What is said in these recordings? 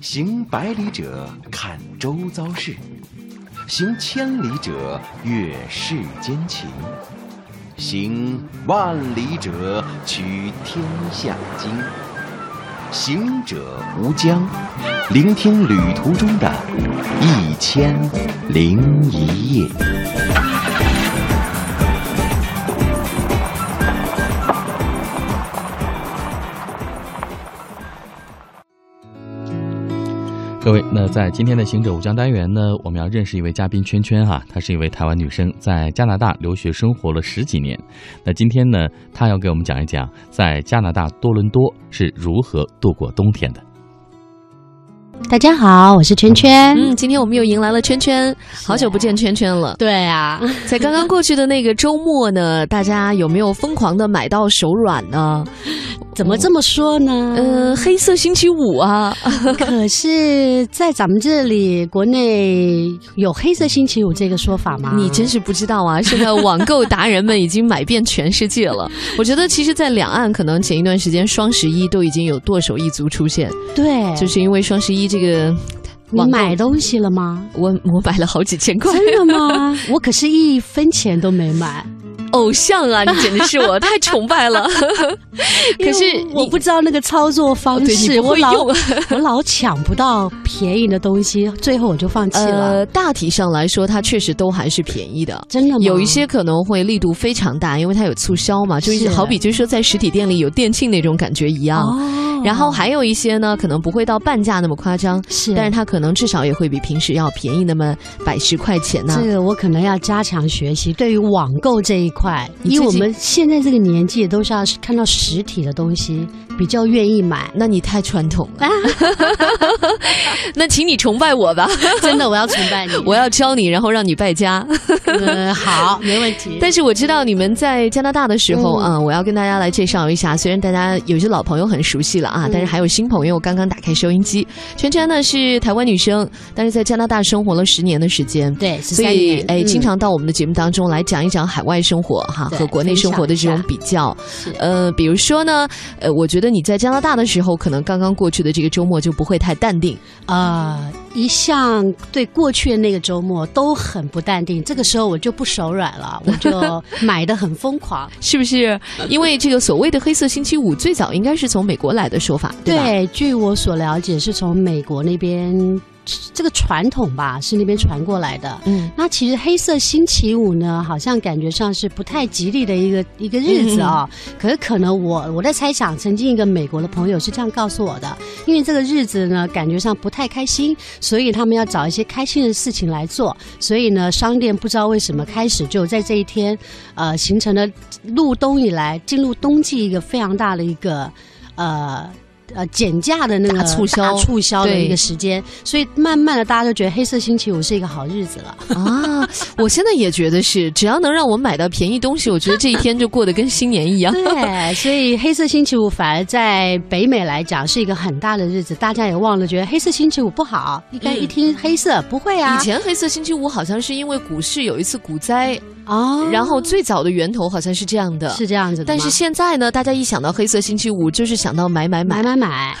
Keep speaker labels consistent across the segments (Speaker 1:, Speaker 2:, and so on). Speaker 1: 行百里者，看周遭事；行千里者，阅世间情；行万里者，取天下经。行者无疆，聆听旅途中的一千零一夜。
Speaker 2: 各位，那在今天的行者无疆单元呢，我们要认识一位嘉宾圈圈哈、她是一位台湾女生，在加拿大留学生活了十几年。那今天呢，她要给我们讲一讲在加拿大多伦多是如何度过冬天的。
Speaker 3: 大家好，我是圈圈。
Speaker 4: 嗯，今天我们又迎来了圈圈，好久不见圈圈了。
Speaker 3: 啊对啊，
Speaker 4: 在刚刚过去的那个周末呢，大家有没有疯狂的买到手软呢？
Speaker 3: 怎么这么说呢？
Speaker 4: 呃，黑色星期五啊，
Speaker 3: 可是，在咱们这里，国内有“黑色星期五”这个说法吗？
Speaker 4: 你真是不知道啊！现在网购达人们已经买遍全世 界了。我觉得，其实，在两岸可能前一段时间双十一都已经有剁手一族出现，
Speaker 3: 对，
Speaker 4: 就是因为双十一这个
Speaker 3: 你
Speaker 4: 网购
Speaker 3: 买东西了吗？
Speaker 4: 我我买了好几千块，
Speaker 3: 真的吗？ 我可是一分钱都没 买，
Speaker 4: 偶像啊！你简直是 我太崇拜了。可是
Speaker 3: 因为我
Speaker 4: 你哦
Speaker 3: 不知道那个操作方
Speaker 4: 对
Speaker 3: 式，
Speaker 4: 你不
Speaker 3: 我
Speaker 4: 会
Speaker 3: 老
Speaker 4: 用
Speaker 3: 我老抢不到便宜的东西，最后我就放弃了。
Speaker 4: 呃，大体上来说，它确实都还是便宜的。
Speaker 3: 真的吗？
Speaker 4: 有一些可能会力度非常大，因为它有促销嘛，就是
Speaker 3: 是
Speaker 4: 好比就是说在实体店里有店庆那种感觉一样。
Speaker 3: 哦，
Speaker 4: 然后还有一些呢，可能不会到半价那么夸张，
Speaker 3: 是，
Speaker 4: 但是它可能至少也会比平时要便宜那么百十块钱呢、
Speaker 3: 这个我可能要加强学习，对于网购这一块，
Speaker 4: 你
Speaker 3: 因为我
Speaker 4: 自己
Speaker 3: 们现在这个年纪都是要看到实体的东西，比较愿意 买。
Speaker 4: 那你太传统 了，那请你崇拜我吧，
Speaker 3: 真的，我要崇拜你。
Speaker 4: 我要教你，然后让你败家。
Speaker 3: 呃、好，没问题。
Speaker 4: 但是我知道你们在加拿大的时候
Speaker 3: 嗯
Speaker 4: 啊、我要跟大家来介绍一下。虽然大家有些老朋友很熟悉了啊，
Speaker 3: 嗯
Speaker 4: 但是还有新朋友刚刚打开收音机。圈圈呢是台湾女生，但是在加拿大生活了十年的时间。
Speaker 3: 对，十
Speaker 4: 所
Speaker 3: 三
Speaker 4: 以
Speaker 3: 年，，
Speaker 4: 哎，
Speaker 3: 嗯
Speaker 4: 经常到我们的节目当中来讲一讲海外生活哈
Speaker 3: 对
Speaker 4: 和国内生活的这
Speaker 3: 分
Speaker 4: 种
Speaker 3: 享
Speaker 4: 比较。
Speaker 3: 是
Speaker 4: 呃，比如说呢，呃，我觉得你在加拿大的时候，可能刚刚过去的这个周末就不会太淡定。
Speaker 3: 呃，一向对过去的那个周末都很不淡定，这个时候我就不手软了，我就买的很疯狂。
Speaker 4: 是不是？
Speaker 3: 嗯
Speaker 4: 因为这个所谓的黑色星期五，最早应该是从美国来的说法， 对吧？
Speaker 3: 对，据我所了解，是从美国那边这个传统吧，是那边传过来的。
Speaker 4: 嗯，
Speaker 3: 那其实黑色星期五呢，好像感觉上是不太吉利的一个一个日子啊、
Speaker 4: 嗯
Speaker 3: 可是可能我我在猜想，曾经一个美国的朋友是这样告诉我的，因为这个日子呢，感觉上不太开心，所以他们要找一些开心的事情来做。所以呢，商店不知道为什么开始就在这一天，呃，形成了入冬以来进入冬季一个非常大的一个呃。呃，减价的那个
Speaker 4: 大促销
Speaker 3: 大促销的
Speaker 4: 对
Speaker 3: 一个时间，所以慢慢的大家就觉得黑色星期五是一个好日子 了。
Speaker 4: 啊，我现在也觉得是，只要能让我买到便宜东西，我觉得这一天就过得跟新年一 样。
Speaker 3: 对，所以黑色星期五反而在北美来讲是一个很大的日子，大家也忘了觉得黑色星期五不好，应该一听黑色、不会啊
Speaker 4: 嗯以。前黑色星期五好像是因为股市有一次股灾，
Speaker 3: 哦
Speaker 4: 然后最早的源头好像是这样的。
Speaker 3: 是这样子的吗，
Speaker 4: 但是现在呢，大家一想到黑色星期五，就是想到买买
Speaker 3: 买
Speaker 4: 买，
Speaker 3: 买 买，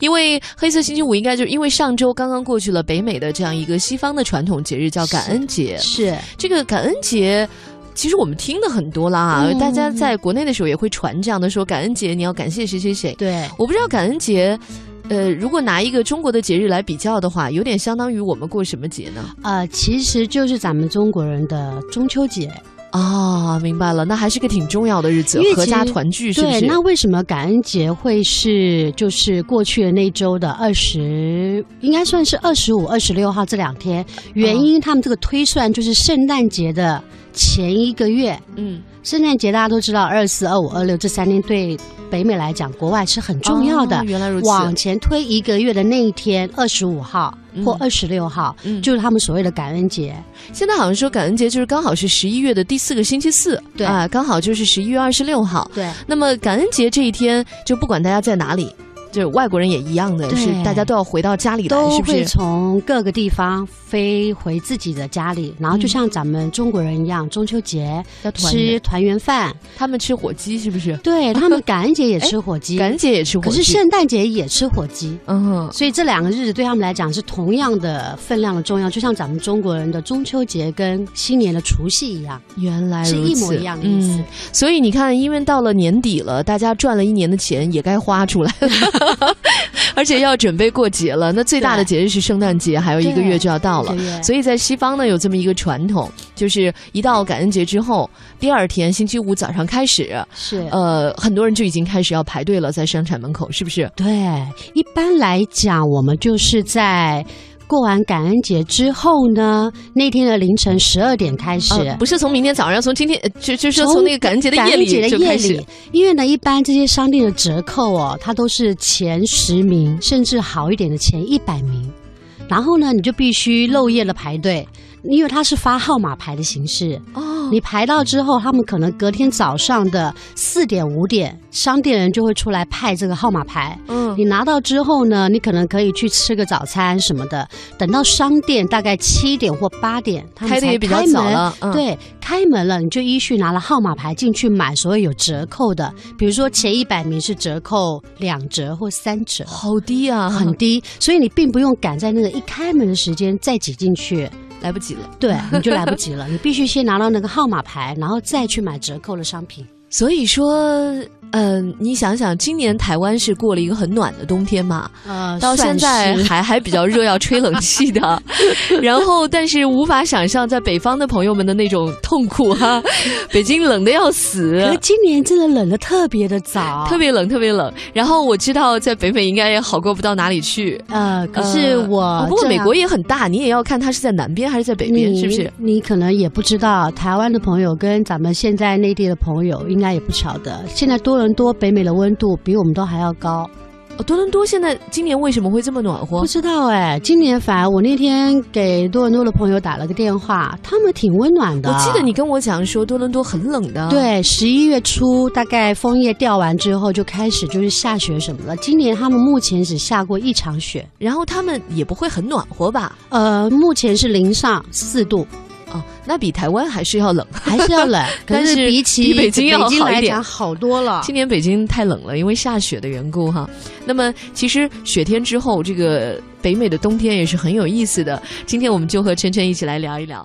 Speaker 4: 因为黑色星期五应该就因为上周刚刚过去了北美的这样一个西方的传统节日叫感恩节，
Speaker 3: 是
Speaker 4: 这个感恩节。其实我们听的很多啦、啊，
Speaker 3: 嗯
Speaker 4: 大家在国内的时候也会传这样的说，感恩节你要感谢谁谁谁。
Speaker 3: 对，
Speaker 4: 我不知道感恩节，呃，如果拿一个中国的节日来比较的话，有点相当于我们过什么节呢？
Speaker 3: 呃，其实就是咱们中国人的中秋节。
Speaker 4: 啊，明白了，那还是个挺重要的日子
Speaker 3: 因为，其实
Speaker 4: 合家团聚是不
Speaker 3: 对，
Speaker 4: 是
Speaker 3: 那？为什么感恩节会是就是过去的那周的二十，应该算是二十五、二十六号这两天？
Speaker 4: 哦
Speaker 3: 原因他们这个推算就是圣诞节的前一个月。
Speaker 4: 嗯，
Speaker 3: 圣诞节大家都知道，二四、二五、二六这三天对北美来讲，国外是很重要的。
Speaker 4: 哦原来如此，
Speaker 3: 往前推一个月的那一天，二十五号
Speaker 4: 嗯
Speaker 3: 或二十六号，
Speaker 4: 嗯
Speaker 3: 就是他们所谓的感恩节。
Speaker 4: 现在好像说感恩节就是刚好是十一月的第四个星期四，
Speaker 3: 对
Speaker 4: 啊，刚好就是十一月二十六号。
Speaker 3: 对，
Speaker 4: 那么感恩节这一天，就不管大家在哪里，就是外国人也一样的，
Speaker 3: 对
Speaker 4: 是大家都要回到家里来，
Speaker 3: 都
Speaker 4: 是不
Speaker 3: 会
Speaker 4: 是？
Speaker 3: 从各个地方飞回自己的家里，然后就像咱们中国人一样，中秋节
Speaker 4: 要团圆
Speaker 3: 吃团圆饭，
Speaker 4: 他们吃火鸡是不是？
Speaker 3: 对他们感恩节也吃火鸡，
Speaker 4: 感恩节也吃哎
Speaker 3: 可
Speaker 4: 火鸡，
Speaker 3: 是圣诞节也吃火鸡。
Speaker 4: 嗯哼，
Speaker 3: 所以这两个日子对他们来讲是同样的分量的重要，就像咱们中国人的中秋节跟新年的除夕一样，
Speaker 4: 原来
Speaker 3: 是
Speaker 4: 哎如
Speaker 3: 一
Speaker 4: 此，
Speaker 3: 模一样的意思。
Speaker 4: 嗯所以你看，因为到了年底了，大家赚了一年的钱也该花出来 了，而且要准备过节了。那最大的节日是圣诞节，还有一个月就要到了。
Speaker 3: 对耶
Speaker 4: 所以在西方呢，有这么一个传统，就是一到感恩节之后，第二天星期五早上开始，
Speaker 3: 是
Speaker 4: 呃，很多人就已经开始要排队了，在商场门口，是不是？
Speaker 3: 对，一般来讲，我们就是在过完感恩节之后呢，那天的凌晨十二点开始。
Speaker 4: 呃不是从明天早上，从今天，呃就就是从
Speaker 3: 从
Speaker 4: 那个感恩节的
Speaker 3: 感
Speaker 4: 夜
Speaker 3: 恩
Speaker 4: 里
Speaker 3: 节的
Speaker 4: 就
Speaker 3: 夜
Speaker 4: 开始
Speaker 3: 里。，因为呢，一般这些商店的折扣哦，它都是前十名，甚至好一点的前一百名。然后呢，你就必须漏夜的排队，因为它是发号码牌的形式。
Speaker 4: 哦
Speaker 3: 你排到之后，他们可能隔天早上的四点五点，商店人就会出来派这个号码牌。
Speaker 4: 嗯
Speaker 3: 你拿到之后呢，你可能可以去吃个早餐什么的。等到商店大概七点或八点，他们
Speaker 4: 开的
Speaker 3: 才
Speaker 4: 也比较
Speaker 3: 开
Speaker 4: 早
Speaker 3: 门
Speaker 4: 了，嗯
Speaker 3: 对，开门了，你就依序拿了号码牌进去买所有有折扣的，比如说前一百名是折扣两折或三折，
Speaker 4: 好低啊，
Speaker 3: 很低，所以你并不用赶在那个一开门的时间再挤进去，
Speaker 4: 来不及了。
Speaker 3: 对，你就来不 及了。你必须先拿到那个号码牌，然后再去买折扣的商品。
Speaker 4: 所以说，嗯、你想想，今年台湾是过了一个很暖的冬天嘛，
Speaker 3: 呃
Speaker 4: 到现在还还比较热，要吹冷气的。 然后，但是无法想象在北方的朋友们的那种痛苦 哈、北京冷的要死
Speaker 3: 可。是今年真的冷的特别的早，
Speaker 4: 特别冷，特别冷。然后我知道在北美应该也好过不到哪里去。
Speaker 3: 呃，可是
Speaker 4: 呃
Speaker 3: 我、
Speaker 4: 哦不过美国也很大，你也要看它是在南边还是在北边，
Speaker 3: 你
Speaker 4: 是不是？
Speaker 3: 你可能也不知道，台湾的朋友跟咱们现在内地的朋友应该也不晓得，现在多伦多北美的温度比我们都还要高。
Speaker 4: 哦多伦多现在今年为什么会这么暖和
Speaker 3: 不？知道哎，今年反而我那天给多伦多的朋友打了个电话，他们挺温暖的。
Speaker 4: 我记得你。跟我讲说多伦多很冷的，，
Speaker 3: 对，十一月初大概枫叶掉完之后就开始就是下雪什么了。今年他们目前只下过一场雪，
Speaker 4: 然后他们也不会很暖和吧？
Speaker 3: 呃，目前是零上四度，
Speaker 4: 哦，那比台湾还是要冷。
Speaker 3: 还是要 冷，
Speaker 4: 但
Speaker 3: 可
Speaker 4: 是
Speaker 3: 比
Speaker 4: 比
Speaker 3: 起
Speaker 4: 北京要好一
Speaker 3: 来
Speaker 4: 点
Speaker 3: 讲好多了。
Speaker 4: 今年北京太冷了，因为下雪的缘故哈。那么其实雪天之后，这个北美的冬天也是很有意思的。今天我们就和圈圈一起来聊一聊。